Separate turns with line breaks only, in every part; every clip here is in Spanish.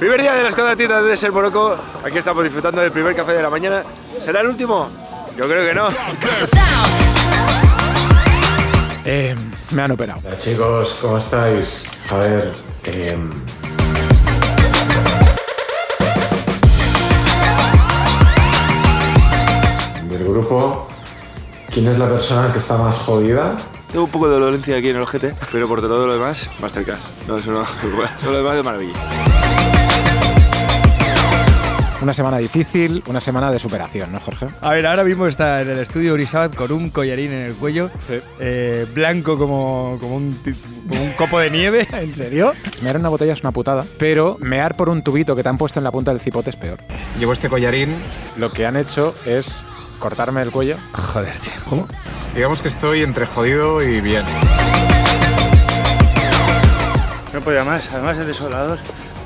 Primer día de las catatitas de Ser Morocco. Aquí estamos disfrutando del primer café de la mañana. ¿Será el último? Yo creo que no.
Eh, me han operado.
Hola, chicos, ¿cómo estáis? A ver, em, del grupo, ¿quién es la persona que está más jodida?
Tengo un poco de dolencia aquí en el ojete, pero por todo lo demás, Mastercard. No, eso no. Todo lo demás de maravilla.
Una semana difícil, una semana de superación, ¿no, Jorge? Ah,
A ver, ahora mismo está en el estudio Urizabat con un collarín en el cuello, eh, blanco como, como, un, ti- como un copo de nieve. ¿En serio?
Mear en una botella es una putada, pero mear por un tubito que te han puesto en la punta del cipote es peor. Llevo este collarín, lo que han hecho es cortarme el cuello.
Joder, tío. ¿Cómo?
Digamos que estoy entre jodido y bien.
No podía más, además es desolador.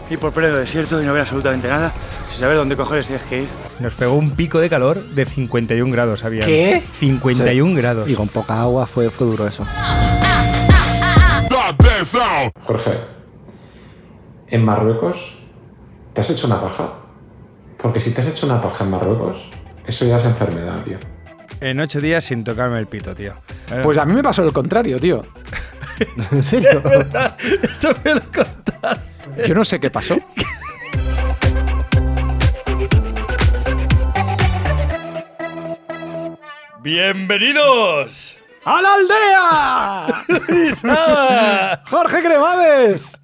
Ir por pleno desierto y no ver absolutamente nada, sin saber dónde cojones tienes que ir.
Nos pegó un pico de calor de 51 grados, había.
¿Qué?
51 grados.
Y con poca agua fue, fue duro eso.
Jorge, ¿en Marruecos te has hecho una paja? Porque si te has hecho una paja en Marruecos, eso ya es enfermedad, tío.
En ocho días sin tocarme el pito, tío.
Pues a mí me pasó lo contrario, tío.
¿En serio?
eso me lo contaste.
Yo no sé qué pasó.
¡Bienvenidos!
¡A la aldea!
Ah,
Jorge Cremades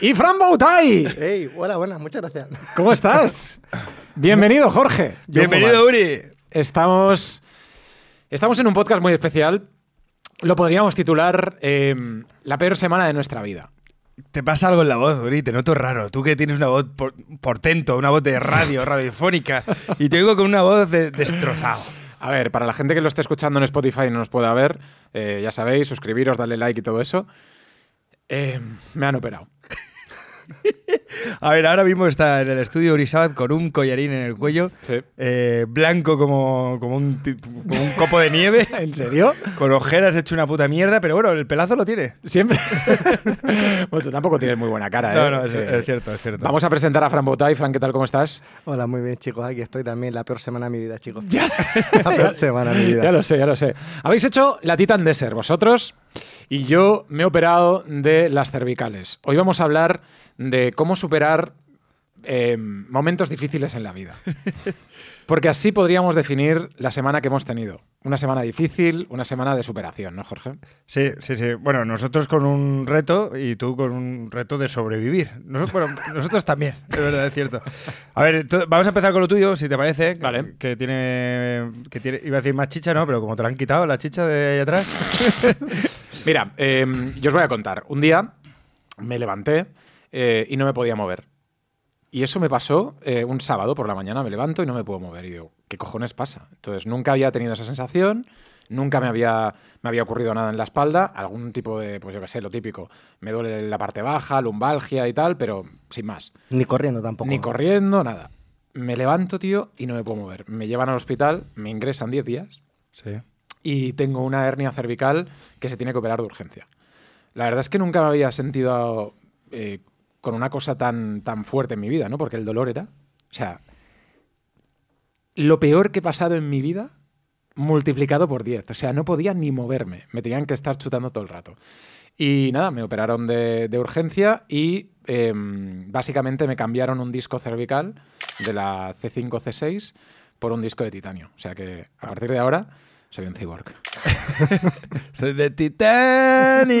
y Fran Bautai.
Ey, hola, buenas, muchas gracias.
¿Cómo estás? Bienvenido, Jorge.
¡Bienvenido, Uri!
Estamos. Estamos en un podcast muy especial. Lo podríamos titular eh, La peor semana de nuestra vida.
Te pasa algo en la voz, Uri, te noto raro. Tú que tienes una voz por- portento, una voz de radio, radiofónica, y te oigo con una voz de destrozado.
A ver, para la gente que lo esté escuchando en Spotify y no nos pueda ver, eh, ya sabéis, suscribiros, darle like y todo eso. Eh, me han operado.
A ver, ahora mismo está en el estudio Urizabat con un collarín en el cuello,
Sí.
eh, blanco como, como, un, ti- como un copo de nieve,
¿En serio?
con ojeras hecho una puta mierda, pero bueno, el pelazo lo tiene.
Siempre. bueno, tú tampoco tienes muy buena cara, ¿eh?
No, no, es,
Eh,
es cierto, es cierto.
Vamos a presentar a Fran Botay. Fran, ¿qué tal? ¿Cómo estás?
Hola, muy bien, chicos. Aquí estoy también. La peor semana de mi vida, chicos. La peor semana de mi vida.
Ya lo sé, ya lo sé. Habéis hecho la Titan de ser vosotros y yo me he operado de las cervicales. Hoy vamos a hablar de cómo superar eh, momentos difíciles en la vida. Porque así podríamos definir la semana que hemos tenido. Una semana difícil, una semana de superación, ¿no, Jorge?
Sí, sí, sí. Bueno, nosotros con un reto y tú con un reto de sobrevivir. Nos- bueno, nosotros también, de verdad, es cierto. A ver, to- vamos a empezar con lo tuyo, si te parece. que-
Vale.
Que tiene, que tiene. Iba a decir más chicha, ¿no? Pero como te la han quitado la chicha de ahí atrás.
Mira, eh, yo os voy a contar. Un día me levanté eh, y no me podía mover. Y eso me pasó eh, un sábado por la mañana, me levanto y no me puedo mover. Y digo, ¿qué cojones pasa? Entonces, nunca había tenido esa sensación, nunca me había, me había ocurrido nada en la espalda, algún tipo de, pues yo qué sé, lo típico. Me duele la parte baja, lumbalgia y tal, pero sin más.
Ni corriendo tampoco.
Ni corriendo, nada. Me levanto, tío, y no me puedo mover. Me llevan al hospital, me ingresan 10 días
Sí.
y tengo una hernia cervical que se tiene que operar de urgencia. La verdad es que nunca me había sentido eh, con una cosa tan, tan fuerte en mi vida, ¿no? Porque el dolor era. O sea, lo peor que he pasado en mi vida multiplicado por 10. O sea, no podía ni moverme. Me tenían que estar chutando todo el rato. Y nada, me operaron de, de urgencia y em, básicamente me cambiaron un disco cervical de la C5-C6 por un disco de titanio. O sea que
Ah.
a partir de ahora soy un cyborg.
Soy de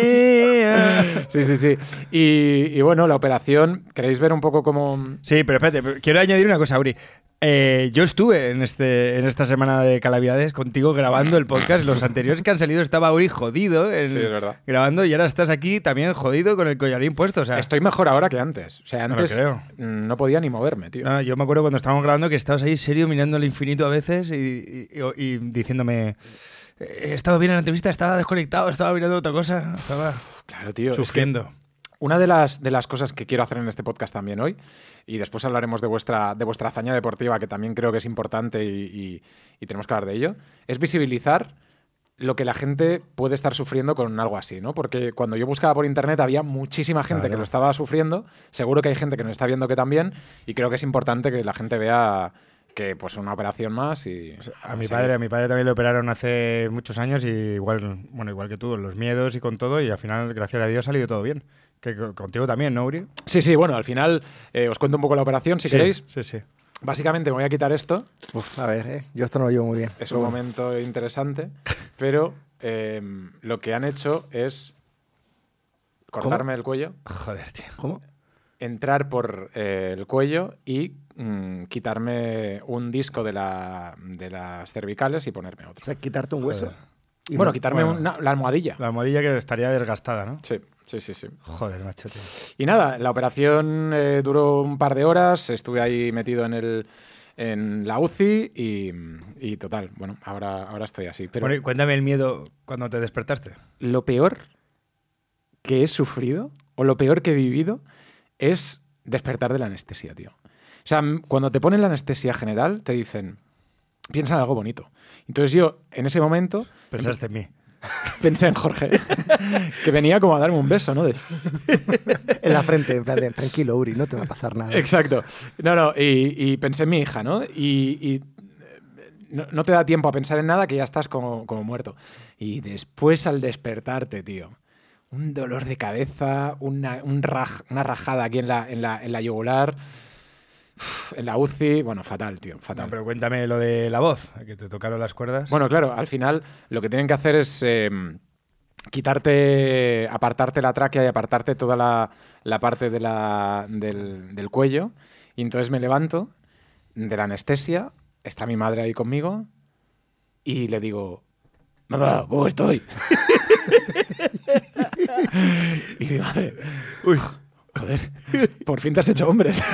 Titania.
Sí, sí, sí. Y, y bueno, la operación, ¿queréis ver un poco cómo... mm,
Sí, pero espérate, pero quiero añadir una cosa, Uri. Eh, yo estuve en, este, en esta semana de Calavidades contigo grabando el podcast. Los anteriores que han salido estaba Uri jodido en-
Sí, es verdad.
grabando y ahora estás aquí también jodido con el collarín puesto. O sea,
Estoy mejor ahora que antes. O sea,
No lo
antes
creo.
mm, no podía ni moverme, tío.
no, yo me acuerdo cuando estábamos grabando que estabas ahí serio mirando al infinito a veces y, y- y- y diciéndome... "Eh, He estado bien en la entrevista, estaba desconectado, estaba mirando otra cosa, estaba
Claro, tío. es que-
sufriendo.
Una de las, de las cosas que quiero hacer en este podcast también hoy, y después hablaremos de vuestra, de vuestra hazaña deportiva, que también creo que es importante y, y- y tenemos que hablar de ello, es visibilizar lo que la gente puede estar sufriendo con algo así, ¿no? Porque cuando yo buscaba por internet había muchísima gente que lo estaba sufriendo, seguro que hay gente que nos está viendo que también, y creo que es importante que la gente vea que pues una operación más y...
Pues, A mi
sí.
padre, a mi padre también lo operaron hace muchos años y igual, bueno, igual que tú, los miedos y con todo, y al final, gracias a Dios, ha salido todo bien. Que co- contigo también, ¿no, Uri?
Sí, sí, bueno, al final eh, os cuento un poco la operación, si queréis.
Sí, sí.
Básicamente me voy a quitar esto,
Uf, a ver, eh, yo esto no lo llevo muy bien.
es un momento interesante, pero eh, lo que han hecho es cortarme el cuello,
Joder, tío.
¿Cómo?
entrar por eh, el cuello y mm, quitarme un disco de, la, de las cervicales y ponerme
O
otro.
sea, quitarte un hueso. Y
bueno,
no-
quitarme
bueno.
una- la almohadilla.
La almohadilla que estaría desgastada, ¿no?
Sí, sí, sí, sí.
Joder, macho, tío.
Y nada, la operación eh, duró un par de horas, estuve ahí metido en el en la UCI y, y total, bueno, ahora, ahora estoy así. Pero
Bueno, y cuéntame el miedo cuando te despertaste.
lo peor que he sufrido o lo peor que he vivido es despertar de la anestesia, tío. O sea, m- cuando te ponen la anestesia general, te dicen, piensa en algo bonito. Entonces yo, en ese momento,
Pensaste en mí.
pensé en Jorge, que venía como a darme un beso, ¿no? De-
En la frente, en plan de, tranquilo, Uri, no te va a pasar nada.
Exacto. No, no, y, y pensé en mi hija, ¿no? Y, y, eh, no, no te da tiempo a pensar en nada que ya estás como, como muerto. Y después al despertarte, tío, un dolor de cabeza, una, un raj- una rajada aquí en la, en la, en la yugular, uf, en la UCI, bueno, fatal, tío, fatal.
No, pero cuéntame lo de la voz, que te tocaron las cuerdas.
Bueno, claro, al final lo que tienen que hacer es eh, quitarte, apartarte la tráquea y apartarte toda la, la parte de la- del, del cuello. Y entonces me levanto de la anestesia, está mi madre ahí conmigo y le digo, mamá, ¿cómo estoy? y mi madre, uy. Joder, por fin te has hecho hombres.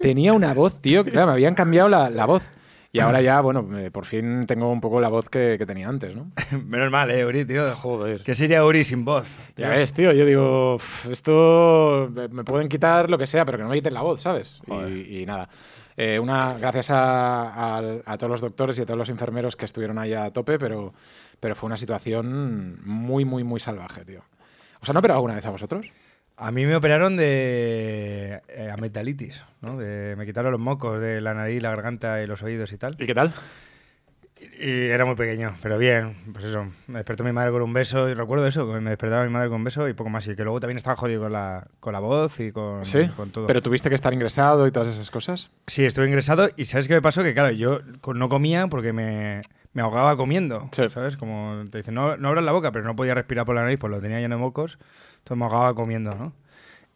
Tenía una voz, tío, que claro, me habían cambiado la, la voz. Y ahora ya, bueno, me- por fin tengo un poco la voz que, que tenía antes, ¿no?
Menos mal, ¿eh, Uri, tío?
Joder.
¿Qué sería Uri sin voz?
Ya ves, tío, yo digo, "Uf, esto me- me pueden quitar lo que sea, pero que no me quiten la voz, ¿sabes? Y, y nada. Eh, una, gracias a, al- a todos los doctores y a todos los enfermeros que estuvieron ahí a tope, pero, pero fue una situación muy, muy, muy salvaje, tío. ¿Os han operado alguna vez a vosotros?
A mí me operaron de eh, ametalitis, ¿no? De- me quitaron los mocos de la nariz, la garganta y los oídos y tal.
¿Y qué tal?
Y era muy pequeño, pero bien, pues eso. Me despertó mi madre con un beso, y recuerdo eso, que me despertaba mi madre con un beso y poco más. Y que luego también estaba jodido con la, con la voz y con,
Sí,
con todo.
pero tuviste que estar ingresado y todas esas cosas.
Sí, estuve ingresado y ¿sabes qué me pasó? Que claro, yo co- no comía porque me, me ahogaba comiendo,
Sí.
¿sabes? Como te dicen, no, no abras la boca, pero no podía respirar por la nariz, pues lo tenía lleno de mocos, entonces me ahogaba comiendo, ¿no?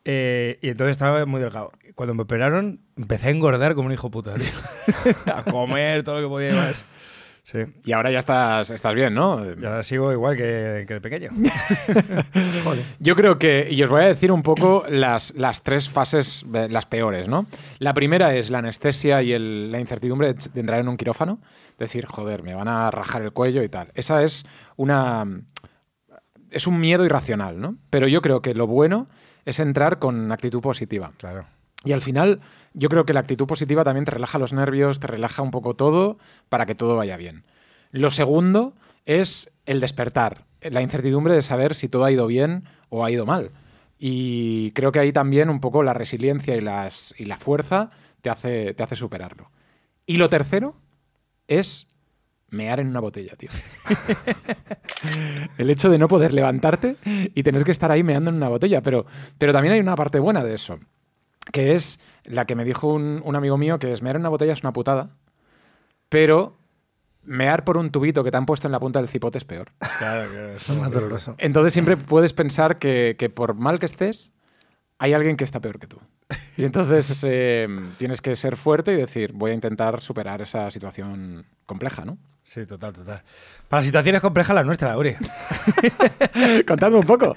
Eh, y entonces estaba muy delgado. Cuando me operaron, empecé a engordar como un hijo puta, tío. a comer todo lo que podía y más. Sí.
Y ahora ya estás, estás bien, ¿no?
Y ahora sigo igual que, que de pequeño.
Yo creo que, y os voy a decir un poco las, las tres fases, eh, las peores, ¿no? La primera es la anestesia y el- la incertidumbre de de entrar en un quirófano. Decir, joder, me van a rajar el cuello y tal. Esa es una... Es un miedo irracional, ¿no? Pero yo creo que lo bueno es entrar con actitud positiva.
Claro.
Y al final, yo creo que la actitud positiva también te relaja los nervios, te relaja un poco todo para que todo vaya bien. Lo segundo es el despertar, la incertidumbre de saber si todo ha ido bien o ha ido mal. Y creo que ahí también un poco la resiliencia y, las, y la fuerza te hace, te hace superarlo. Y lo tercero es mear en una botella, tío. El hecho de no poder levantarte y tener que estar ahí meando en una botella. Pero, pero también hay una parte buena de eso que es la que me dijo un, un amigo mío, que es mear en una botella es una putada, pero mear por un tubito que te han puesto en la punta del cipote es peor.
Claro, claro.
Eso es más doloroso.
Entonces siempre puedes pensar que, que por mal que estés, hay alguien que está peor que tú. Y entonces eh, tienes que ser fuerte y decir, voy a intentar superar esa situación compleja, ¿no?
Sí, total, total. Para situaciones complejas, la nuestra, Uri.
Contadme un poco.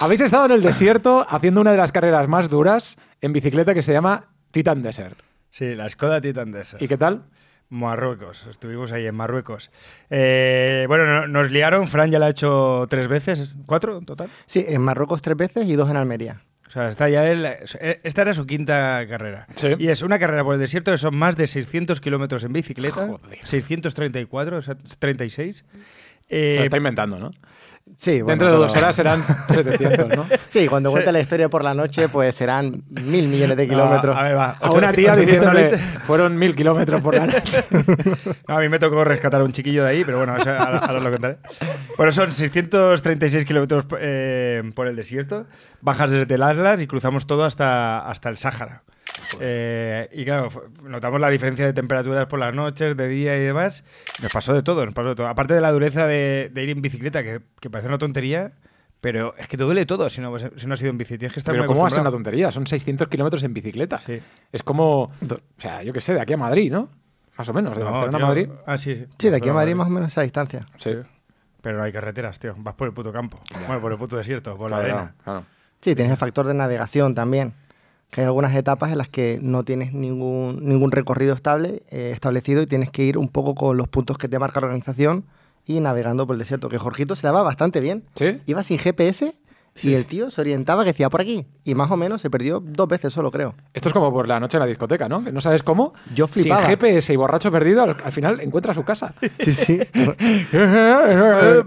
Habéis estado en el desierto haciendo una de las carreras más duras en bicicleta que se llama Titan Desert.
Sí, la Skoda Titan de esa.
¿Y qué tal?
Marruecos, estuvimos ahí en Marruecos. Eh, bueno, no- nos liaron, Fran ya la ha hecho tres veces, cuatro en total.
Sí, en Marruecos tres veces y dos en Almería.
O sea, está ya él, eh, esta era su quinta carrera.
Sí.
Y es una carrera por el desierto que son más de 600 kilómetros en bicicleta,
Joder.
634, o sea,
Se
36. Eh,
lo está inventando, ¿no?
Sí, bueno,
Dentro de
pero-
dos horas serán 700, ¿no?
Sí, cuando cuente la historia por la noche, pues serán mil millones de
no,
kilómetros.
A ver, va.
A una tía
820.
diciéndole, fueron mil kilómetros por la noche.
No, a mí me tocó rescatar a un chiquillo de ahí, pero bueno, eso ahora, ahora os lo contaré. Bueno, son 636 kilómetros eh, por el desierto, bajas desde el Atlas y cruzamos todo hasta, hasta el Sáhara. Eh, y claro, fu- notamos la diferencia de temperaturas por las noches, de día y demás. Nos pasó de todo, nos pasó de todo. Aparte de la dureza de, de ir en bicicleta, que, que parece una tontería, pero es que te duele todo si no, si no has ido en bici. Tienes que estar
Pero
muy
¿cómo va a ser una
acostumbrado.
tontería? Son 600 kilómetros en bicicleta.
Sí.
Es como, o sea, yo qué sé, de aquí a Madrid, ¿no? Más o menos, de
No,
Barcelona
tío.
a Madrid.
Ah, sí, sí.
Sí, de aquí a Madrid más o menos esa distancia.
Sí,
Pero no hay carreteras, tío. Vas por el puto campo. Bueno, por el puto desierto, por la
claro,
arena.
claro.
Sí, tienes el factor de navegación también, que hay algunas etapas en las que no tienes ningún, ningún recorrido estable eh, establecido y tienes que ir un poco con los puntos que te marca la organización y navegando por el desierto, que Jorgito se la va bastante bien.
¿Sí?
Iba sin GPS y el tío se orientaba que decía por aquí y más o menos se perdió dos veces solo, creo.
Esto es como por la noche en la discoteca, ¿no? Que no sabes cómo.
Yo flipaba.
Sin GPS y borracho perdido, al, al final encuentra su casa.
Sí, sí.
a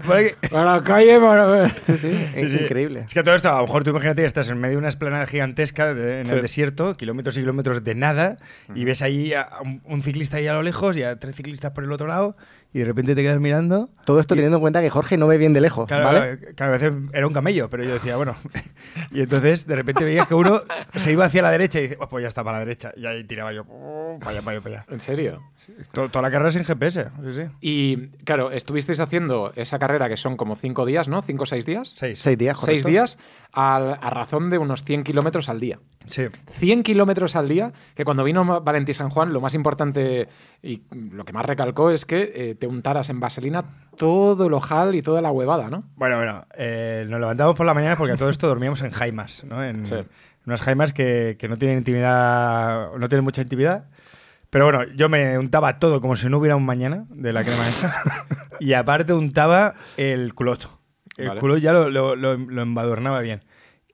la calle. para-
sí, sí, es
Sí, sí.
increíble.
Es que todo esto, a lo mejor tú imagínate que estás en medio de una esplanada gigantesca de- en el desierto, kilómetros y kilómetros de nada, y ves ahí a a un, un ciclista ahí a lo lejos y a tres ciclistas por el otro lado, y de repente te quedas mirando.
Todo esto teniendo en cuenta que Jorge no ve bien de lejos,
Cada,
¿vale?
cada vez era un camello, pero yo decía, bueno. Y entonces de repente veías que uno se iba hacia la derecha y dice, "Oh, pues ya está para la derecha. Y ahí tiraba yo, "Oh, para allá, para allá, para allá.
¿En serio?
To- Toda la carrera sin GPS, sí, sí.
Y claro, estuvisteis haciendo esa carrera que son como cinco días, ¿no? ¿Cinco o seis días?
Seis.
Seis días,
Seis
correcto.
días al- a razón de unos 100 kilómetros al día.
Sí.
100 kilómetros al día, que cuando vino Ma- Valentí San Juan, lo más importante y lo que más recalcó es que eh, te untaras en vaselina todo el ojal y toda la huevada, ¿no?
Bueno, bueno, eh, nos levantamos por la mañana porque a todo esto dormíamos en jaimas, ¿no? En,
Sí.
en unas jaimas que, que no tienen intimidad, no tienen mucha intimidad. Pero bueno, yo me untaba todo como si no hubiera un mañana de la crema esa. y aparte untaba el culoto. El
Vale.
culo ya lo, lo, lo- lo embadurnaba bien.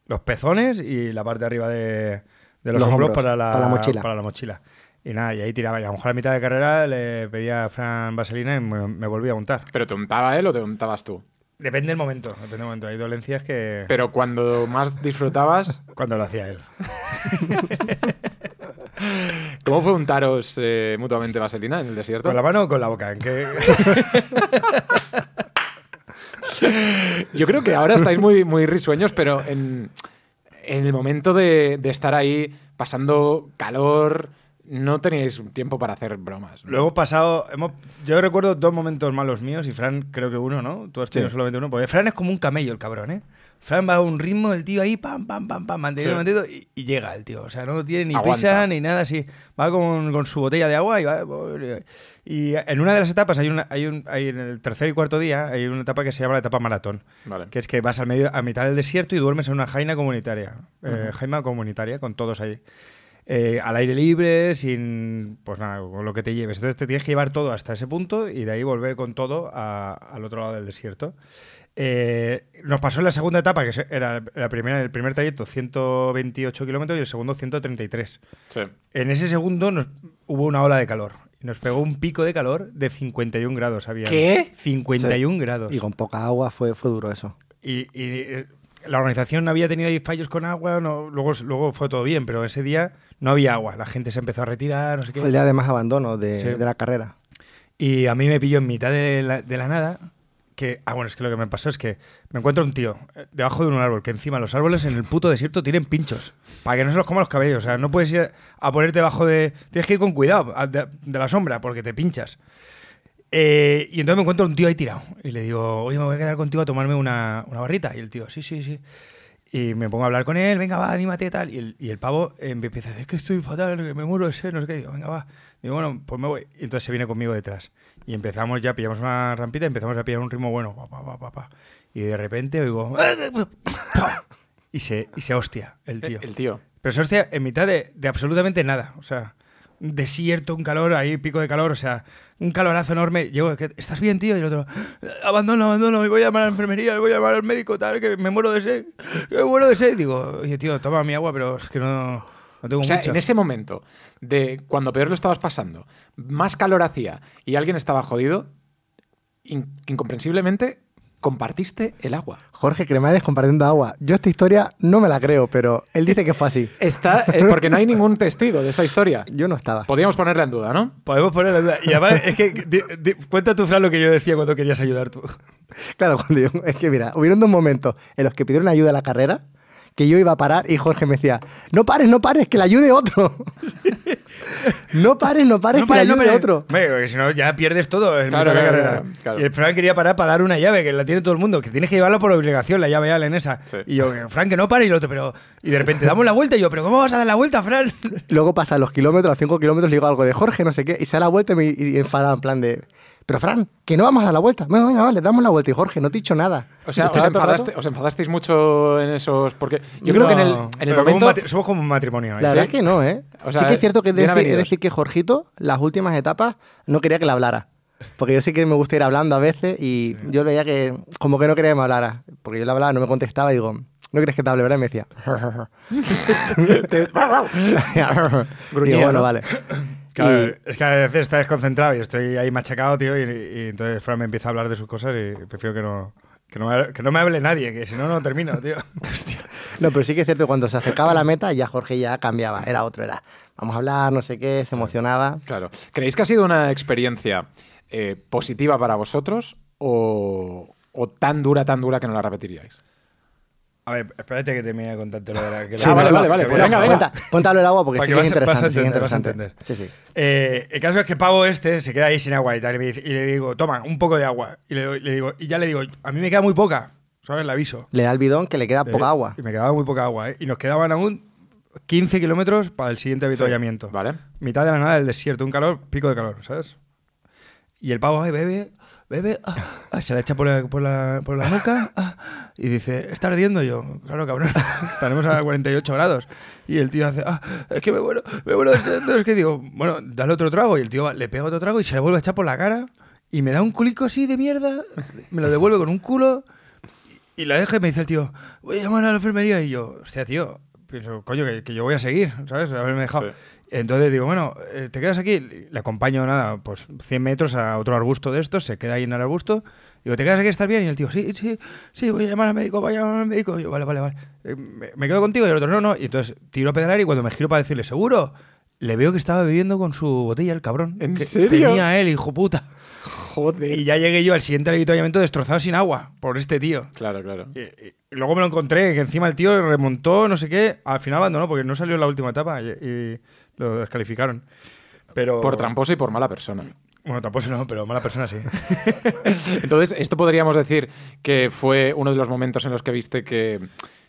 Los pezones y la parte de arriba de, de los,
Los
hombros,
hombros,
para, la,
para la mochila.
para la mochila. Y nada, y ahí tiraba. Y a lo mejor a mitad de carrera le pedía a Fran vaselina y me, me volvía a untar.
¿Pero te untaba él o te untabas tú?
Depende del momento, depende del momento. Hay dolencias que...
Eh. Pero cuando más disfrutabas,
Cuando lo hacía él.
¿cómo fue untaros eh, mutuamente vaselina en el desierto?
¿Con la mano o con la boca? ¿En qué?
Yo creo que ahora estáis muy, muy risueños, pero en, en el momento de, de estar ahí pasando calor, no teníais tiempo para hacer bromas. ¿no?
Lo hemos pasado... Hemos, yo recuerdo dos momentos malos míos y Fran creo que uno, ¿no? Tú has tenido solamente uno. Porque Fran es como un camello, el cabrón, ¿eh? Fran va a un ritmo, el tío ahí, pam, pam, pam, pam, mantenido, mantenido, y, y llega el tío. O sea, no tiene ni
Aguanta.
prisa ni nada así. Va con, con su botella de agua y va... Y en una de las etapas hay, una, hay, un, hay en el tercer y cuarto día hay una etapa que se llama la etapa maratón.
Vale.
Que es que vas al medio, a mitad del desierto y duermes en una jaina comunitaria. eh, jaima comunitaria, con todos ahí. Eh, al aire libre, sin pues nada, con lo que te lleves. Entonces te tienes que llevar todo hasta ese punto y de ahí volver con todo a- al otro lado del desierto. Eh, nos pasó en la segunda etapa, que se- era la primera, el primer trayecto 128 kilómetros y el segundo 133. En ese segundo nos, hubo una ola de calor. Nos pegó un pico de calor de 51 grados. Había
¿Qué?
51 grados.
Y con poca agua fue, fue duro eso.
Y, y, eh, la organización había tenido ahí fallos con agua, no- luego, luego fue todo bien, pero ese día no había agua, la gente se empezó a retirar, no sé
Fue el
qué.
día de más abandono de,
Sí.
de la carrera.
Y a mí me pilló en mitad de la, de la nada, que, ah, bueno, es que lo que me pasó es que me encuentro un tío eh, debajo de un árbol, que encima los árboles en el puto desierto tienen pinchos, para que no se los coman los cabellos, o sea, no puedes ir a, a ponerte debajo de... Tienes que ir con cuidado a- de- de la sombra, porque te pinchas. Eh, y entonces me encuentro un tío ahí tirado. Y le digo, oye, me voy a quedar contigo a tomarme una, una barrita. Y el tío, sí, sí, sí. Y me pongo a hablar con él, venga, va, anímate, tal. Y el, y el pavo eh, me empieza a decir, es que estoy fatal, que me muero de sed, no sé qué. Digo, venga, va. Digo, bueno, pues me voy. Y entonces se viene conmigo detrás. Y empezamos ya, pillamos una rampita, empezamos a pillar un ritmo bueno. Pa, pa, pa, pa, pa. Y de repente oigo... y, se, y se hostia el tío.
Eh, El tío.
Pero eso hostia, en mitad de, de absolutamente nada. O sea, un desierto, un calor, ahí pico de calor, o sea, un calorazo enorme. Llego, que, ¿estás bien, tío? Y el otro, abandono, abandono, me voy a llamar a la enfermería, me voy a llamar al médico, tal, que me muero de sed, que me muero de sed. Y digo, oye, tío, toma mi agua, pero es que no, no tengo
O sea,
mucha.
en ese momento, de cuando peor lo estabas pasando, más calor hacía y alguien estaba jodido, in- incomprensiblemente compartiste el agua.
Jorge Cremades compartiendo agua. Yo esta historia no me la creo, pero él dice que fue así.
Está, eh, porque no hay ningún testigo de esta historia.
Yo no estaba.
Podríamos ponerla en duda, ¿no?
Podemos poner la duda. Y además, es que di- di- cuenta tú, Fran, lo que yo decía cuando querías ayudar tú.
Claro, cuando yo- es que mira, hubieron dos momentos en los que pidieron ayuda a la carrera, que yo iba a parar y Jorge me decía, no pares, no pares, que la ayude otro. no pares, no
Ah,
pares, que la ayude otro.
Hombre, porque si no, ya pierdes todo en
Claro,
mitad de la
claro,
carrera.
claro, claro.
Y el Fran quería parar para dar una llave, que la tiene todo el mundo, que tienes que llevarla por obligación, la llave Allen esa. Y yo, Fran, que no pare, y el otro, pero. Y de repente damos la vuelta, y yo, ¿pero cómo vas a dar la vuelta, Fran?
Luego pasa los kilómetros, a cinco kilómetros, le digo algo de Jorge, no sé qué, y se da la vuelta y me y enfadaba en plan de, pero Fran, que no vamos a dar la vuelta. Venga, venga, vale, damos la vuelta. Y Jorge, no te he dicho nada.
O sea,
Estaba
os,
todo el rato-
enfadaste- os enfadasteis mucho en esos. Porque yo creo que en el,
No,
en el
pero como un
momento.
mati- somos como un matrimonio. ¿eh?
La verdad es que no, ¿eh?
O sea,
sí que es cierto que es
bien
decir, es
avenidos.
decir que Jorgito, las últimas etapas, no quería que le hablara. Porque yo sí que me gusta ir hablando a veces y yo veía que como que no quería que me hablara. Porque yo le hablaba, no me contestaba y digo, ¿no crees que te hable, verdad? Y me decía... y
Gruñía,
digo, bueno,
¿no?
vale.
Claro,
Y-
es que a veces está desconcentrado y estoy ahí machacado, tío, y, y entonces Fran me empieza a hablar de sus cosas y prefiero que no, que no, me, que no me hable nadie, que si no, no termino, tío.
No, pero sí que es cierto, que cuando se acercaba a la meta ya Jorge ya cambiaba, era otro, era vamos a hablar, no sé qué, se emocionaba.
Claro. ¿Creéis que ha sido una experiencia eh, positiva para vosotros o, o tan dura, tan dura que no la repetiríais?
A ver, espérate que termine de contarte lo de la... Que
Sí, Ah, vale,
no,
vale,
no,
vale,
que
pues
venga,
venga, venga.
cuenta- Cuéntalo el agua porque
Para
sí
que
que es
vas a- vas a
interesante. sí que es
entender, vas a
interesante. Sí, sí.
Eh, el caso es que Pavo este se queda ahí sin agua y tal, y, me dice- y le digo, toma, un poco de agua. Y, le, doy- le digo, y ya le digo, a mí me queda muy poca, ¿sabes? Le aviso.
Le da el bidón que le queda poca
Eh,
agua.
Y me quedaba muy poca agua, ¿eh? Y nos quedaban aún 15 kilómetros para el siguiente avituallamiento.
Vale.
Mitad de la nada del desierto, un calor, pico de calor, ¿sabes? Y el pavo, ay, bebe, bebe, ah, ah, se la echa por la, por la, por la boca ah, y dice, está ardiendo Y yo. Claro, cabrón, estaremos a 48 grados. Y el tío hace, ah, es que me muero, me muero. de sed". Es que digo, bueno, dale otro trago. Y el tío va, le pega otro trago y se le vuelve a echar por la cara y me da un culico así de mierda, me lo devuelve con un culo y la deja y me dice el tío, voy a llamar a la enfermería. Y yo, hostia, tío, pienso, coño, que, que yo voy a seguir, ¿sabes? Haberme dejado.
Sí.
Entonces digo, bueno, eh, te quedas aquí. Le acompaño, nada, pues 100 metros a otro arbusto de estos, se queda ahí en el arbusto. Digo, ¿te quedas aquí? ¿Estás bien? Y el tío, sí, sí, sí, voy a llamar al médico, voy a llamar al médico. Y yo, vale, vale, vale. Eh, Me, me quedo contigo y el otro, no, no. Y entonces tiro a pedalear y cuando me giro para decirle, ¿seguro? Le veo que estaba bebiendo con su botella el cabrón.
¿En
que
serio?
Tenía él, hijo puta. Joder. Y ya llegué yo al siguiente avituallamiento destrozado sin agua por este tío.
Claro, claro.
Y, y- y eh, luego me lo encontré, que encima el tío remontó, no sé qué, al final abandonó porque no salió en la última etapa y, y lo descalificaron. Pero,
Por tramposo y por mala persona.
Bueno, tramposo no, pero mala persona sí.
Entonces, esto podríamos decir que fue uno de los momentos en los que viste que,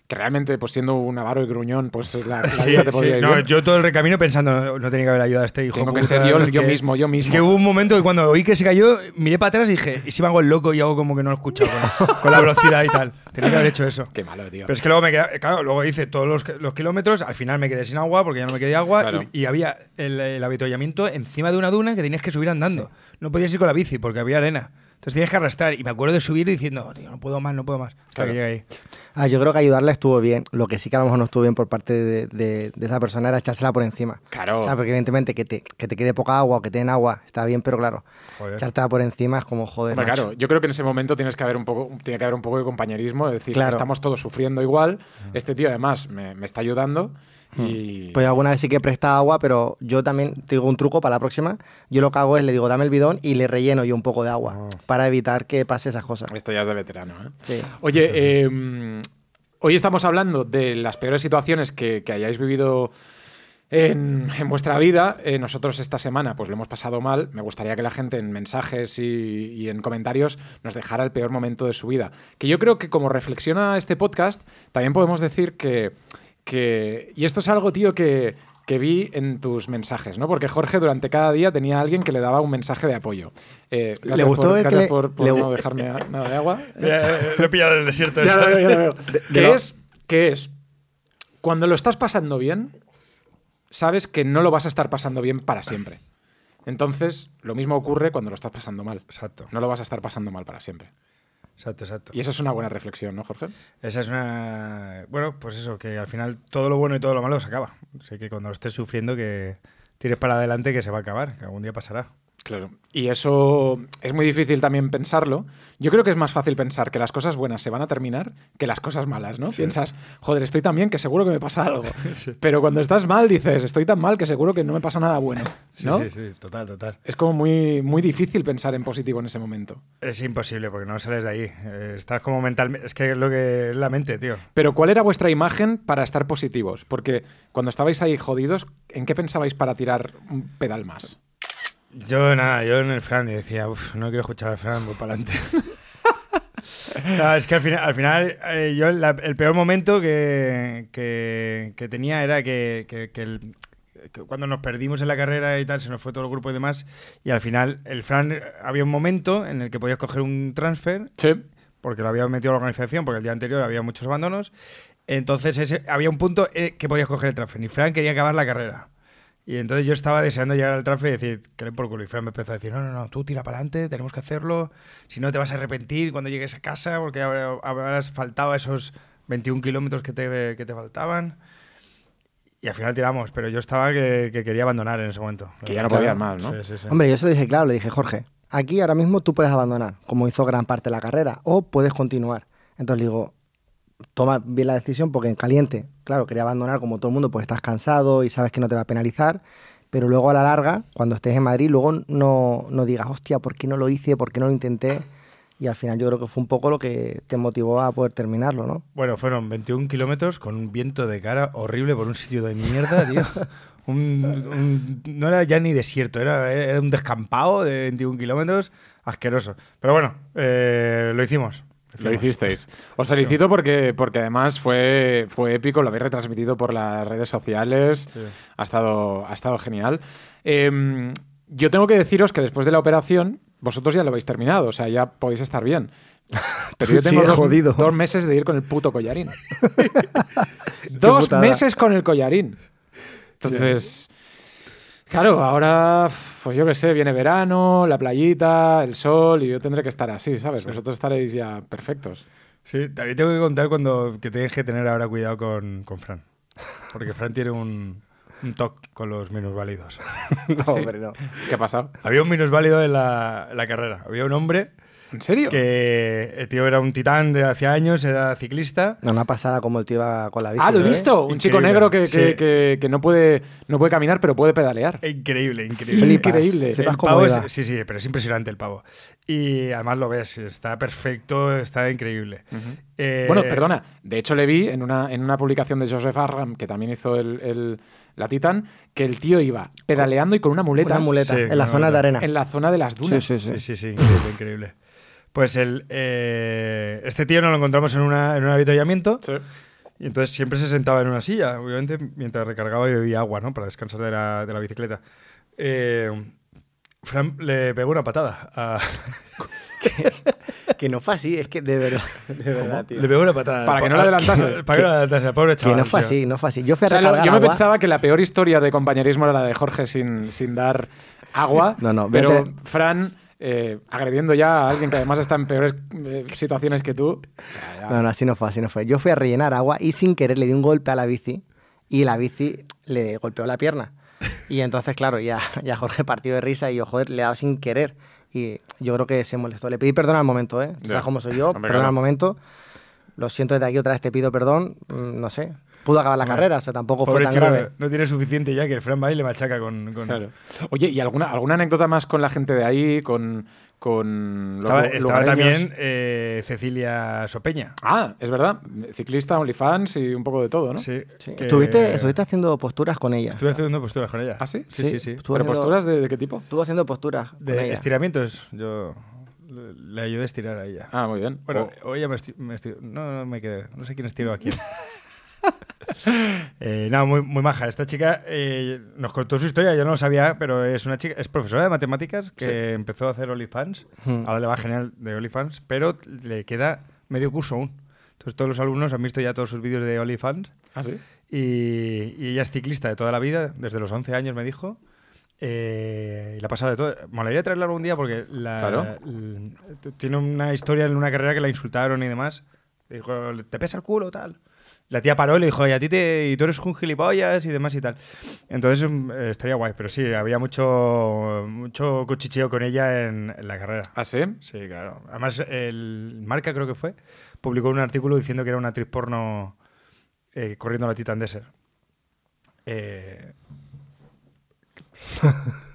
que realmente, pues siendo un avaro y gruñón, pues la, la
Sí,
vida te
sí.
podía ir
No,
bien.
yo todo el recamino pensando, no, no tenía que haber ayudado a este hijo.
Tengo
puta,
que ser yo-
no sé
yo
qué.
mismo, yo
Es
mismo.
que hubo un momento que cuando oí que se cayó, miré para atrás y dije, ¿y si me hago el loco y hago como que no lo he escuchado con, con la velocidad y tal? Tenía que haber hecho eso.
Qué malo, tío.
Pero es que luego me queda, eh, claro, luego hice todos los, los kilómetros, al final me quedé sin agua porque ya no me quedé agua
Claro.
y, y había el, el avituallamiento encima de una duna que tenías que subir andando. No podías ir con la bici porque había arena. Entonces tenías que arrastrar y me acuerdo de subir y diciendo, "Oh, "Tío, no puedo más, no puedo más. Hasta
Claro.
que llegué ahí.
Ah, yo creo que ayudarla estuvo bien. Lo que sí que a lo mejor no estuvo bien por parte de, de- de esa persona era echársela por encima.
Claro.
O sea, porque evidentemente que te, que te quede poca agua o que te den agua está bien, pero claro,
Joder.
echártela por encima es como joder.
Hombre,
macho.
claro, yo creo que en ese momento tienes que haber un poco, tiene que haber un poco de compañerismo, de decir,
Claro.
estamos todos sufriendo igual, este tío además me, me está ayudando y...
Pues yo alguna vez sí que presta agua, pero yo también te digo un truco para la próxima. Yo lo que hago es le digo, dame el bidón y le relleno yo un poco de agua
Ah.
para evitar que pase esas cosas.
Esto ya es de veterano, ¿eh?
Sí.
Oye, eh, mm, hoy estamos hablando de las peores situaciones que, que hayáis vivido en, en vuestra vida. Eh, nosotros esta semana pues lo hemos pasado mal. Me gustaría que la gente en mensajes y, y en comentarios nos dejara el peor momento de su vida. Que yo creo que como reflexiona este podcast, también podemos decir que... que y esto es algo, tío, que, que vi en tus mensajes, ¿no? Porque Jorge durante cada día tenía a alguien que le daba un mensaje de apoyo. Eh,
Le
gracias
gustó
por-
el que
gracias
le-
por, por
le gu-
no dejarme a- nada de agua.
lo he pillado del desierto.
Ya lo veo, ya lo veo.
de
¿Qué
lo-
es? ¿Qué es? Cuando lo estás pasando bien, sabes que no lo vas a estar pasando bien para siempre. Entonces, lo mismo ocurre cuando lo estás pasando mal.
Exacto,
No lo vas a estar pasando mal para siempre.
exacto, exacto.
Y esa es una buena reflexión, ¿no, Jorge?
Esa es una. Bueno, pues eso, que al final todo lo bueno y todo lo malo se acaba. Así que cuando lo estés sufriendo, que tires para adelante que se va a acabar, que algún día pasará.
Claro. Y eso es muy difícil también pensarlo. Yo creo que es más fácil pensar que las cosas buenas se van a terminar que las cosas malas, ¿no? Piensas, joder, estoy tan bien que seguro que me pasa algo. Pero cuando estás mal dices, estoy tan mal que seguro que no me pasa nada bueno,
Sí,
¿no?
sí, sí, total, total.
Es como muy, muy difícil pensar en positivo en ese momento.
Es imposible porque no sales de ahí. Eh, Estás como mentalmente. Es que es lo que es la mente, tío.
Pero ¿cuál era vuestra imagen para estar positivos? Porque cuando estabais ahí jodidos, ¿en qué pensabais para tirar un pedal más?
Yo nada, yo en el Fran y decía, uff, no quiero escuchar al Fran, voy para adelante. No, es que al final, al final eh, yo la- el peor momento que, que- que tenía era que, que- que el- que cuando nos perdimos en la carrera y tal, se nos fue todo el grupo y demás, y al final el Fran eh, había un momento en el que podías coger un transfer
Sí.
porque lo había metido a la organización, porque el día anterior había muchos abandonos. Entonces ese- había un punto eh, que podías coger el transfer. Y Fran quería acabar la carrera. Y entonces yo estaba deseando llegar al transfer y decir, que le por culo. Y Fran me empezó a decir, no, no, no, tú tira para adelante, tenemos que hacerlo. Si no, te vas a arrepentir cuando llegues a casa porque habrá- habrás faltado a esos 21 kilómetros que te, que te faltaban. Y al final tiramos, pero yo estaba que, que quería abandonar en ese momento.
Que ya no podías más, ¿no?
Sí, sí, sí.
Hombre, yo se lo dije claro, le dije, Jorge, aquí ahora mismo tú puedes abandonar, como hizo gran parte de la carrera, o puedes continuar. Entonces le digo, toma bien la decisión porque en caliente, claro, quería abandonar como todo el mundo, pues estás cansado y sabes que no te va a penalizar, pero luego a la larga, cuando estés en Madrid, luego no, no digas, hostia, ¿por qué no lo hice? ¿Por qué no lo intenté? Y al final yo creo que fue un poco lo que te motivó a poder terminarlo, ¿no?
Bueno, fueron 21 kilómetros con un viento de cara horrible por un sitio de mierda, tío. Un- un- no era ya ni desierto, era, era un descampado de 21 kilómetros asqueroso. Pero bueno, eh, lo hicimos.
Lo hicisteis. Os felicito porque, porque además fue, fue épico, lo habéis retransmitido por las redes sociales. Ha, estado, ha estado genial. Eh, yo tengo que deciros que después de la operación, vosotros ya lo habéis terminado, o sea, ya podéis estar bien. Pero yo
Sí,
tengo dos,
jodido.
dos meses de ir con el puto collarín. dos
putada.
meses con el collarín. Entonces, claro, ahora, pues yo qué sé, viene verano, la playita, el sol, y yo tendré que estar así, ¿sabes? Vosotros estaréis ya perfectos.
Sí, también tengo que contar cuando que tienes que tener ahora cuidado con, con Fran. Porque Fran tiene un, un toque con los minusválidos.
No,
¿Sí?
hombre, no.
¿Qué ha pasado?
Había un minusválido en la, en la carrera. Había un hombre
¿En serio?
que el tío era un titán de hace años, era ciclista.
No, una pasada como el tío iba con la bici.
Ah, lo he
¿eh?
visto. Un chico
Increíble.
negro que, que-
Sí.
que- que no, puede, no puede caminar, pero puede pedalear.
Eh,
Increíble, increíble.
Flipas,
Increíble.
flipas
el
cómo
pavo
iba.
es, sí, sí, pero es impresionante el pavo. Y además lo ves, está perfecto, está increíble. Eh,
Bueno, perdona. De hecho, le vi en una, en una publicación de Joseph Arram, que también hizo el, el- la Titan, que el tío iba pedaleando y con una muleta,
Una muleta
Sí,
en
una
la zona de
muleta.
arena.
en la zona de las
Sí,
dunas.
sí, sí.
Sí, sí, sí, increíble, increíble. Pues el, eh, este tío nos lo encontramos en, una, en un avituallamiento y entonces siempre se sentaba en una silla, obviamente, mientras recargaba y bebía agua, ¿no? Para descansar de la, de la bicicleta. Eh, Fran le pegó una patada. a-
Que no fue así, es que de verdad. De verdad, Ah, tío.
le pegó una patada.
Para que no la adelantase.
Para que no la adelantase, pobre
Que
chaval.
no fue
tío.
así, no fue así. Yo fui a
O sea, lo-
recargar
yo me
agua.
pensaba que la peor historia de compañerismo era la de Jorge sin, sin dar agua.
No, no,
pero
vete.
Fran eh, agrediendo ya a alguien que además está en peores eh, situaciones que tú. O sea, ya-
No, no, así no fue, así no fue. Yo fui a rellenar agua y sin querer le di un golpe a la bici y la bici le golpeó la pierna. Y entonces, claro, ya, ya Jorge partió de risa y yo, joder, le he dado sin querer. Y yo creo que se molestó. Le pedí perdón al momento, ¿eh? O
Ya.
sea, como soy yo,
Hombre,
perdón
claro.
al momento. Lo siento desde aquí otra vez, te pido perdón. Mm, No sé. Pudo acabar la carrera, o sea, tampoco fue
Pobre
tan
chico,
grave.
no tiene suficiente ya que el Fran va y le machaca con... con-
Claro. Oye, ¿y alguna, alguna anécdota más con la gente de ahí? Con, con los
Estaba,
lu-
estaba
lugareños?
también eh, Cecilia Sopeña.
Ah, es verdad. Ciclista, OnlyFans y un poco de todo, ¿no?
Sí,
Sí.
que-
Estuviste, estuviste haciendo posturas con ella.
Estuve haciendo posturas con ella.
¿Ah, sí?
Sí, sí,
Sí,
sí.
estuve
¿Pero
haciendo-
posturas de, de qué tipo?
Estuvo haciendo posturas con
De
ella.
estiramientos. Yo le le ayudé a estirar a ella.
Ah, muy bien.
Bueno,
O-
o ella me, esti- me estiró. No, no me quedé. No sé quién estiró a quién. Eh, no, muy, muy maja. Esta chica eh, nos contó su historia, yo no lo sabía, pero es una chica, es profesora de matemáticas que empezó a hacer OnlyFans. Ahora le va genial de OnlyFans, pero le queda medio curso aún. Entonces todos los alumnos han visto ya todos sus vídeos de OnlyFans
¿Ah, sí?
y, y ella es ciclista de toda la vida, desde los 11 años me dijo. eh, y la ha pasado de todo. Molaría traerla algún día porque la,
Claro.
l- t- tiene una historia en una carrera que la insultaron y demás. Dijo, te pesa el culo, tal. La tía paró y le dijo, oye, a ti te, y tú eres un gilipollas y demás y tal. Entonces mm, eh, estaría guay, pero sí, había mucho, mucho cuchicheo con ella en, en la carrera.
¿Ah, sí?
Sí, claro. Además, el Marca, creo que fue, publicó un artículo diciendo que era una actriz porno eh, corriendo a la Titan Desert. Eh,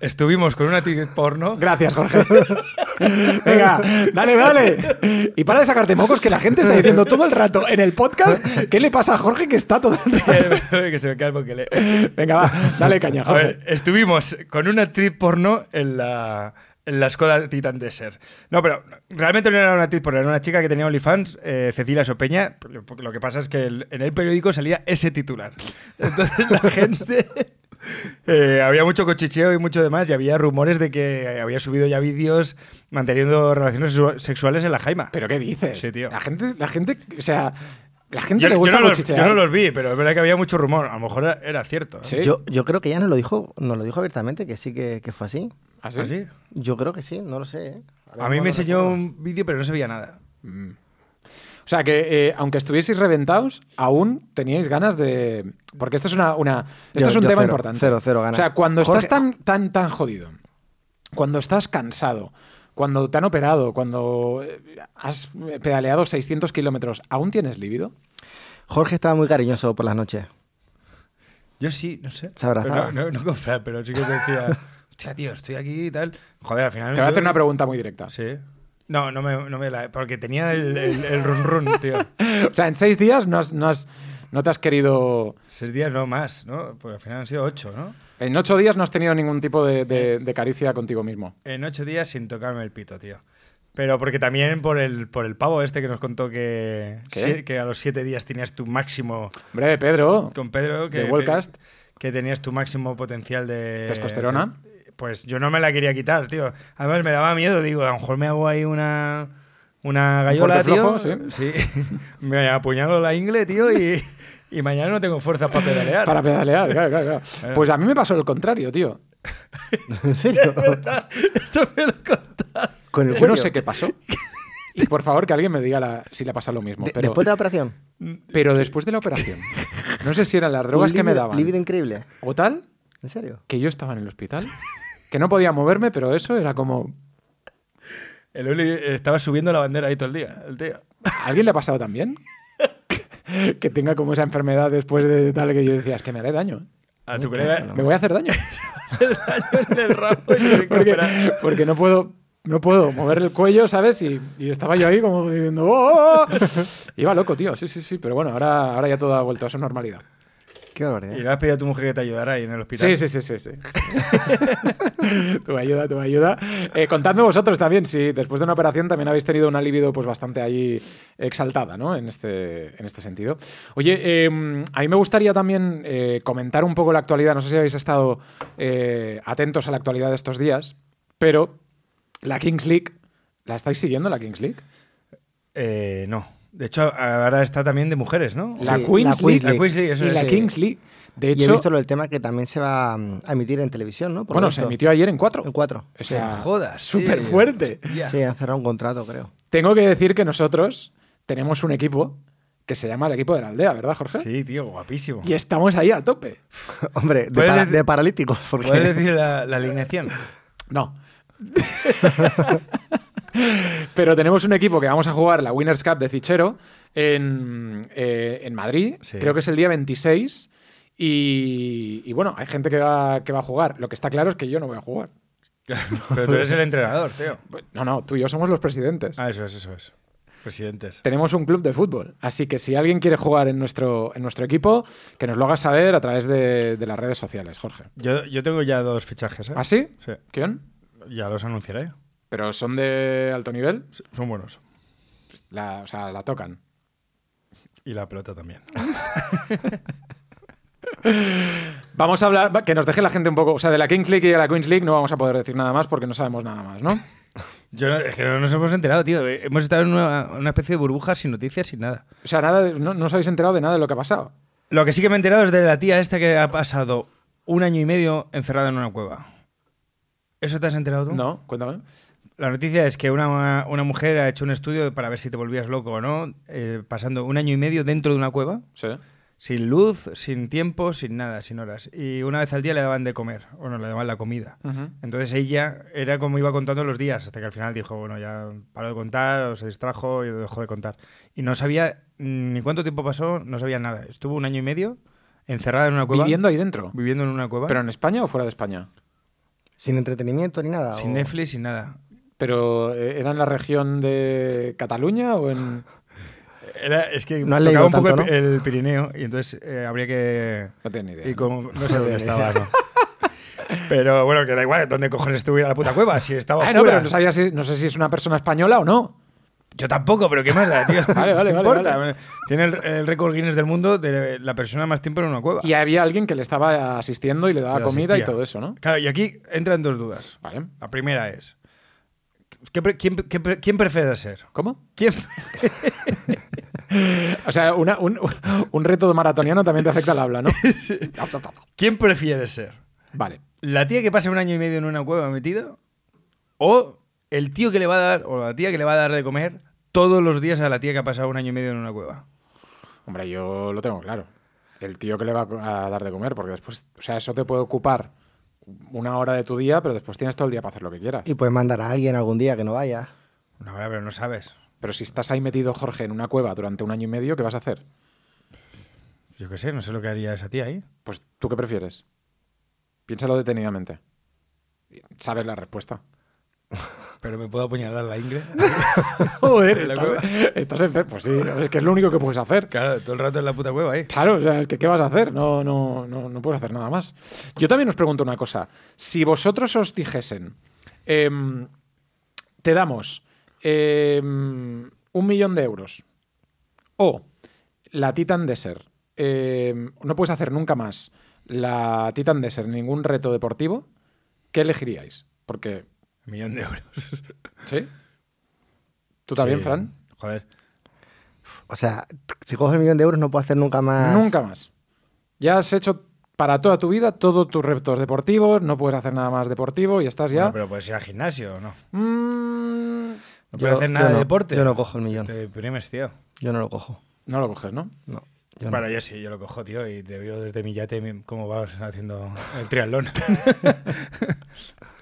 Estuvimos con una actriz porno.
Gracias, Jorge. Venga, dale, dale. Y para de sacarte mocos que la gente está diciendo todo el rato en el podcast qué le pasa a Jorge que está todo el rato.
que se me cae el moquele.
Venga, va, dale caña,
A ver,
Jorge.
estuvimos con una actriz porno en la, en la Skoda Titan Desert. No, pero realmente no era una actriz porno, era una chica que tenía OnlyFans, eh, Cecilia Sopeña. Lo lo que pasa es que el- en el periódico salía ese titular. Entonces la gente. eh, había mucho cochicheo y mucho demás, y había rumores de que había subido ya vídeos manteniendo relaciones sexu- sexuales en la Jaima.
¿Pero qué dices?
Sí, tío.
La gente, la gente, o sea, la gente
yo,
le
yo
gusta
no los,
cuchichear.
yo no los vi, pero es verdad que había mucho rumor. A lo mejor era, era cierto. ¿eh?
¿Sí?
Yo, yo creo que ella nos lo dijo, nos lo dijo abiertamente, que sí que, que fue así.
¿Ah, sí?
¿Ah, sí?
Yo creo que sí, no lo sé. ¿eh? Ahora
A mí
mismo
me
no
enseñó
recuerdo.
un vídeo, pero no se veía nada.
O sea que eh, aunque estuvieseis reventados, aún teníais ganas de. Porque esto es una. una- esto
Yo-
es un
yo
tema
cero,
importante.
cero, cero ganas.
O sea, cuando
Jorge-
estás tan, tan, tan jodido, cuando estás cansado, cuando te han operado, cuando eh, has pedaleado 600 kilómetros, ¿aún tienes líbido?
Jorge estaba muy cariñoso por las noches.
Yo sí, no sé.
Se abrazaba.
Pero No, no, no con Fran, pero sí que te decía, hostia, tío, estoy aquí y tal. Joder, al final.
Te voy a
yo-
hacer una pregunta muy directa.
Sí. No, no me, no me la. Porque tenía el, el, el run run, tío.
O sea, en seis días no, has- no, has- no te has querido.
Seis días no más, ¿no? Porque al final han sido ocho, ¿no?
En ocho días no has tenido ningún tipo de, de- de caricia contigo mismo.
En ocho días sin tocarme el pito, tío. Pero porque también por el, por el pavo este que nos contó que,
¿Qué?
sí, que a los siete días tenías tu máximo.
Hombre, Pedro.
Con Pedro, que,
De Wallcast.
que tenías tu máximo potencial de.
Testosterona.
de- pues yo no me la quería quitar, tío. Además me daba miedo, digo, a lo mejor me hago ahí una. Una gallola,
fuerte
tío.
flojo, sí.
Me apuñalo la ingle, tío, y, y mañana no tengo fuerzas para pedalear.
Para pedalear, claro, claro, claro. Pues a mí me pasó el contrario, tío.
¿En serio?
Eso me lo contaste.
Con el
Yo no
cuello.
sé qué pasó. Y por favor, que alguien me diga la- si le pasa lo mismo.
De-
pero,
Después de la operación.
pero después de la operación, no sé si eran las drogas
un
que me
líbido-
daban
líbido increíble.
o tal,
¿En serio?
que yo estaba en el hospital, que no podía moverme, pero eso era como.
El Uli estaba subiendo la bandera ahí todo el día, el tío.
¿A alguien le ha pasado también? Que tenga como esa enfermedad después de tal que yo decía, es que me haré daño.
A tu colega
Me voy a hacer daño.
en el rabo y me
Porque,
recupera.
porque no puedo. No puedo mover el cuello, ¿sabes? Y, y estaba yo ahí como diciendo, ¡Oh! oh, oh". Iba loco, tío. Sí, sí, sí. Pero bueno, ahora, ahora ya todo ha vuelto a su normalidad.
Qué barbaridad.
Y le has pedido a tu mujer que te ayudara ahí en el hospital.
Sí, sí, sí, sí, sí. tu ayuda, tu ayuda. Eh, contadme vosotros también si después de una operación también habéis tenido una libido pues bastante ahí exaltada, ¿no? En este, en este sentido. Oye, eh, a mí me gustaría también eh, comentar un poco la actualidad. No sé si habéis estado eh, atentos a la actualidad de estos días, pero la Kings League, ¿la estáis siguiendo la Kings League?
Eh, no. De hecho, ahora está también de mujeres, ¿no?
La
Sí,
Queens
la Queens
League,
League. La
Queens League, eso
y
es,
la
sí.
Kings League. De
Y he
hecho,
visto lo del tema que también se va mm, a emitir en televisión, ¿no? Por lo
bueno, se
visto.
emitió ayer en cuatro.
En cuatro.
O sea,
Sí, jodas, tío.
Súper fuerte.
Hostia.
Sí, han cerrado un contrato, creo.
Tengo que decir que nosotros tenemos un equipo que se llama el equipo de la aldea, ¿verdad, Jorge?
Sí, tío, guapísimo.
Y estamos ahí a tope.
Hombre, de,
Puedes
para-
dec-
de paralíticos. Porque...
¿Puedes decir la, la alineación?
No. Pero tenemos un equipo que vamos a jugar la Winners Cup de Fichero en, eh, en Madrid.
Sí.
Creo que es el día 26. Y, y bueno, hay gente que va, que va a jugar. Lo que está claro es que yo no voy a jugar.
Pero tú eres el entrenador, tío.
No, no, tú y yo somos los presidentes.
Ah, eso es, eso es. Presidentes.
tenemos un club de fútbol. Así que si alguien quiere jugar en nuestro, en nuestro equipo, que nos lo haga saber a través de, de las redes sociales, Jorge.
Yo, yo tengo ya dos fichajes, ¿eh?
¿Ah, sí?
Sí.
¿Quién?
Ya los anunciaré.
Pero son de alto nivel,
Sí, Son buenos.
la, o sea, la tocan.
Y la pelota también.
Vamos a hablar, va, que nos deje la gente un poco, o sea, de la Kings League y de la Queens League no vamos a poder decir nada más porque no sabemos nada más, ¿no?
Yo no- es que no nos hemos enterado, tío. Hemos estado en una, una especie de burbuja sin noticias, sin nada.
O sea, nada, de- no, no os habéis enterado de nada de lo que ha pasado.
Lo que sí que me he enterado es de la tía esta que ha pasado un año y medio encerrada en una cueva. ¿Eso te has enterado tú?
No, cuéntame.
La noticia es que una, una mujer ha hecho un estudio para ver si te volvías loco o no, eh, pasando un año y medio dentro de una cueva,
Sí.
sin luz, sin tiempo, sin nada, sin horas. Y una vez al día le daban de comer, bueno, le daban la comida.
Ah.
Entonces ella era como iba contando los días, hasta que al final dijo, bueno, ya paró de contar, o se distrajo y dejó de contar. Y no sabía mm, ni cuánto tiempo pasó, no sabía nada. Estuvo un año y medio encerrada en una cueva.
Viviendo ahí dentro.
viviendo en una cueva.
¿Pero en España o fuera de España?
Sin entretenimiento ni nada.
sin
o-
Netflix, sin nada.
¿Pero eh, era en la región de Cataluña o en.?
Era, es que
No has
tocaba
leído
un poco
tanto,
el,
¿no?
el Pirineo y entonces eh, habría que...
No tengo ni idea.
y como- no sé dónde estaba, ¿no? Pero bueno, que da igual dónde cojones estuviera la puta cueva, si estaba
Ah, no,
oscura.
pero no, sabía si- no sé si es una persona española o no.
Yo tampoco, pero qué más da, tío.
Vale, vale,
No
vale,
importa.
vale.
Tiene el, el récord Guinness del mundo de la persona más tiempo en una cueva.
Y había alguien que le estaba asistiendo y le daba
Pero
comida y
asistía.
todo eso, ¿no?
Claro, y aquí entran dos dudas.
Vale.
La primera es, ¿qué pre- quién, qué pre- quién prefieres ser?
¿Cómo?
¿Quién,
O sea, una- un, un reto de maratoniano también te afecta al habla, ¿no?
¿Quién prefieres ser?
Vale.
¿La tía que pasa un año y medio en una cueva metida? ¿O el tío que le va a dar, o la tía que le va a dar de comer todos los días a la tía que ha pasado un año y medio en una cueva?
Hombre, yo lo tengo claro. El tío que le va a dar de comer, porque después, o sea, eso te puede ocupar una hora de tu día, pero después tienes todo el día para hacer lo que quieras.
Y puedes mandar a alguien algún día que no vaya.
No, ahora, pero no sabes.
Pero si estás ahí metido, Jorge, en una cueva durante un año y medio, ¿qué vas a hacer?
Yo qué sé, no sé lo que haría esa tía ahí.
Pues, ¿tú qué prefieres? Piénsalo detenidamente. Sabes la respuesta.
Pero me puedo apuñalar la ingle.
Joder,
La
estás, estás enfermo. Pues sí, es que es lo único que puedes hacer.
Claro, todo el rato en la puta cueva ahí.
Claro, o sea, es que ¿qué vas a hacer? No, no, no, no puedes hacer nada más. Yo también os pregunto una cosa. Si vosotros os dijesen, em, te damos em, un millón de euros o la Titan Desert, em, no puedes hacer nunca más la Titan Desert, ningún reto deportivo, ¿qué elegiríais? Porque,
Millón de euros.
¿sí? ¿Tú también,
Sí.
Fran?
Joder.
O sea, si coges el millón de euros no puedo hacer nunca más.
Nunca más. Ya has hecho para toda tu vida todos tus retos deportivos, no puedes hacer nada más deportivo y estás ya.
Bueno, pero puedes ir al gimnasio, ¿no?
Mm,
No puedes hacer nada
yo
de
no-
deporte.
Yo no cojo el millón.
Te deprimes, tío.
Yo no lo cojo.
no lo coges, ¿no?
No. Yo no.
Bueno, yo sí, yo lo cojo, tío, y te veo desde mi yate mi- cómo vas haciendo el triatlón.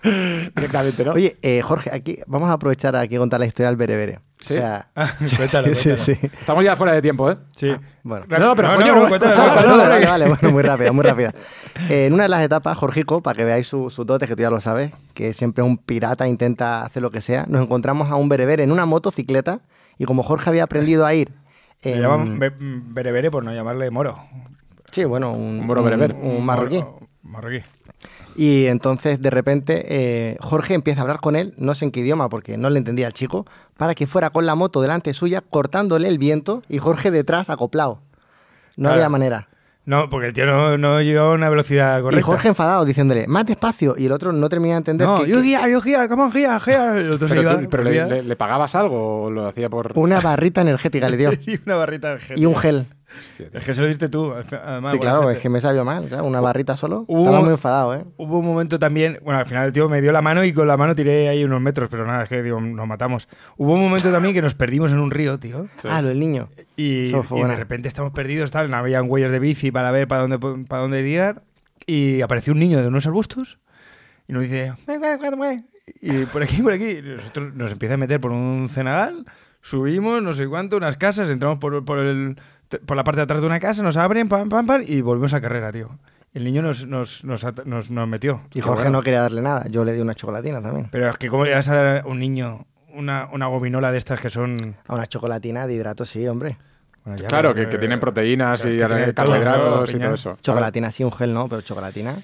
Directamente, ¿no?
Oye, eh, Jorge, aquí vamos a aprovechar aquí a contar la historia del berebere.
¿Sí?
O sea,
Ah, cuéntalo,
sí,
cuéntalo.
sí.
Estamos ya fuera de tiempo, ¿eh?
Sí.
Bueno.
No, pero coño, no,
cuéntalo,
no,
cuéntalo,
Vale, vale,
hombre, que-
vale, bueno, muy rápida, muy rápida. Eh, en una de las etapas, Jorgico, para que veáis su, su dote, que tú ya lo sabes, que siempre un pirata intenta hacer lo que sea, nos encontramos a un berebere en una motocicleta y como Jorge había aprendido a ir...
Le
en-
llaman be- berebere por no llamarle moro.
Sí, bueno, un,
Un moro bereber.
un- un marroquí.
Moro- Marroquí.
Y entonces, de repente, eh, Jorge empieza a hablar con él, no sé en qué idioma, porque no le entendía al chico, para que fuera con la moto delante suya, cortándole el viento y Jorge detrás acoplado. No
Claro.
había manera.
No, porque el tío no, no llegó a una velocidad correcta.
Y Jorge enfadado, diciéndole, más despacio. Y el otro no termina de entender
No,
que,
yo
que
guía, yo guía, come on, guía, guía. El otro se
Pero,
iba,
tú- pero le,
volvía,
le- le pagabas algo o lo hacía por.
una barrita energética le dio.
Y una barrita de gel.
y un gel.
Hostia, tío.
Es que se lo diste tú, además. buena
sí, claro,
gente.
es que me salió mal. claro, una barrita solo.
Hubo-
Estaba muy enfadado, ¿eh?
Hubo un momento también, bueno, al final el tío me dio la mano y con la mano tiré ahí unos metros, pero nada, es que digo, nos matamos. Hubo un momento también que nos perdimos en un río, tío.
Ah, lo del niño.
Y,
Eso fue
y de
buena.
repente estamos perdidos, tal, no había huellas de bici para ver para dónde, para dónde tirar. Y apareció un niño de unos arbustos y nos dice, "Ven, ven, ven, ven". y por aquí, por aquí, y nosotros nos empieza a meter por un cenagal, subimos, no sé cuánto, unas casas, entramos por, por, el, por la parte de atrás de una casa, nos abren, pam, pam, pam, y volvemos a carrera, tío. El niño nos, nos, nos, at- nos- nos metió.
Y Jorge no quería darle nada. Yo le di una chocolatina también.
Pero es que, ¿cómo le vas a dar a un niño una, una gominola de estas que son.
A una chocolatina de hidrato, sí, hombre.
Bueno, ya,
Claro,
pero
que, que tienen proteínas
claro,
y
que tiene todo, ¿no,
carbohidratos y
piña?
todo eso.
Chocolatina sí, un gel no, pero chocolatina.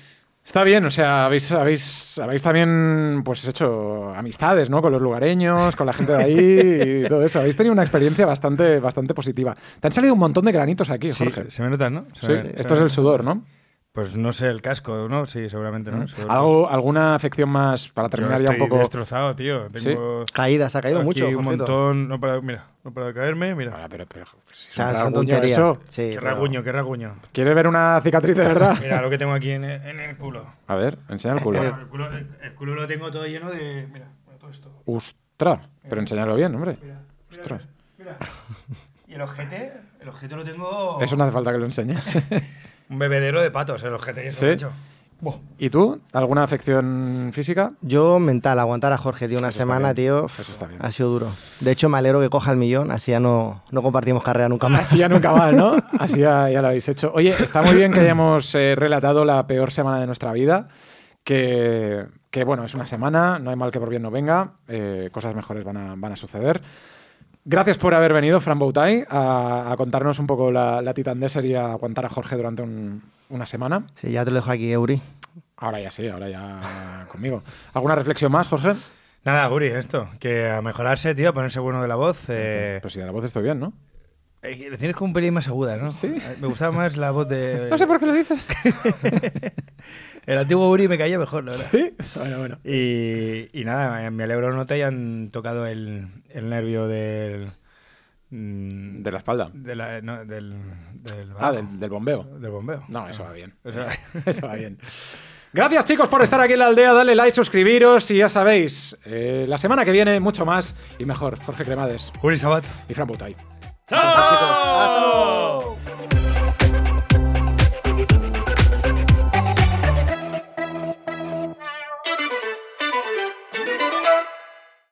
Está bien, o sea, habéis, habéis, habéis también pues hecho amistades, ¿no? Con los lugareños, con la gente de ahí y todo eso. Habéis tenido una experiencia bastante, bastante positiva. Te han salido un montón de granitos aquí,
Sí,
Jorge.
se me notan, ¿no? Se
Sí,
me- se
esto
me-
es el sudor, ¿no?
Pues no sé, el casco, ¿no? Sí, seguramente, ¿no? Seguro.
Mm. ¿Algo, ¿Alguna afección más para
Yo
terminar ya un
estoy
poco?
destrozado, tío. Tengo
Caída, se ha caído
aquí
mucho.
un
Jorgito.
montón. No para, mira, no para de caerme, mira.
Ah, pero, pero, si es
O sea,
un
son
rasguño
tonterías.
eso.
Sí,
qué
pero-
raguño, qué raguño.
¿Quieres ver una cicatriz de verdad?
Mira lo que tengo aquí en el, en el culo.
A ver, enseña el
Bueno,
culo.
el culo. el culo lo tengo todo lleno de. Mira, todo
puesto.
Ostras, pero enseñarlo bien, hombre.
Mira, mira,
Ostras.
mira. Y el ojete, el ojete lo tengo.
Eso no hace falta que lo enseñes.
Un bebedero de patos, el ojete.
Sí. ¿Y tú? ¿Alguna afección física?
Yo mental, aguantar a Jorge, tío, una
Eso está
semana,
bien,
tío,
eso está bien.
ha sido duro. De hecho, me alegro que coja el millón, así ya no, no compartimos carrera nunca más.
Así ya nunca más, ¿no? Así ya, ya lo habéis hecho. Oye, está muy bien que hayamos eh, relatado la peor semana de nuestra vida, que, que, bueno, es una semana, no hay mal que por bien no venga, eh, cosas mejores van a, van a suceder. Gracias por haber venido, Fran Boutai, a, a contarnos un poco la, la Titandeser y a aguantar a Jorge durante un- una semana.
Sí, ya te lo dejo aquí, Euri.
Ahora ya sí, ahora ya conmigo. ¿Alguna reflexión más, Jorge?
Nada, Guri, esto. Que a mejorarse, tío, a ponerse bueno de la voz. Eh,
Pues si de la voz estoy bien, ¿no?
eh, la tienes como un pelín más aguda, ¿no?
Sí.
Eh, Me gustaba más la voz de.
qué lo dices.
El antiguo Guri me caía mejor, la verdad.
Sí. Bueno, bueno.
Y, y nada, me alegro no te hayan tocado el, el nervio del. mm,
De la espalda.
de la- no, del. del
Ah,
bajo,
del, del bombeo.
del bombeo.
No, eso va bien.
O sea,
Eso va bien. Gracias chicos por estar aquí en la aldea, dale like, suscribiros y ya sabéis, eh, la semana que viene mucho más y mejor. Jorge Cremades
Guri Sabat.
y Fran Butay.
¡Chao!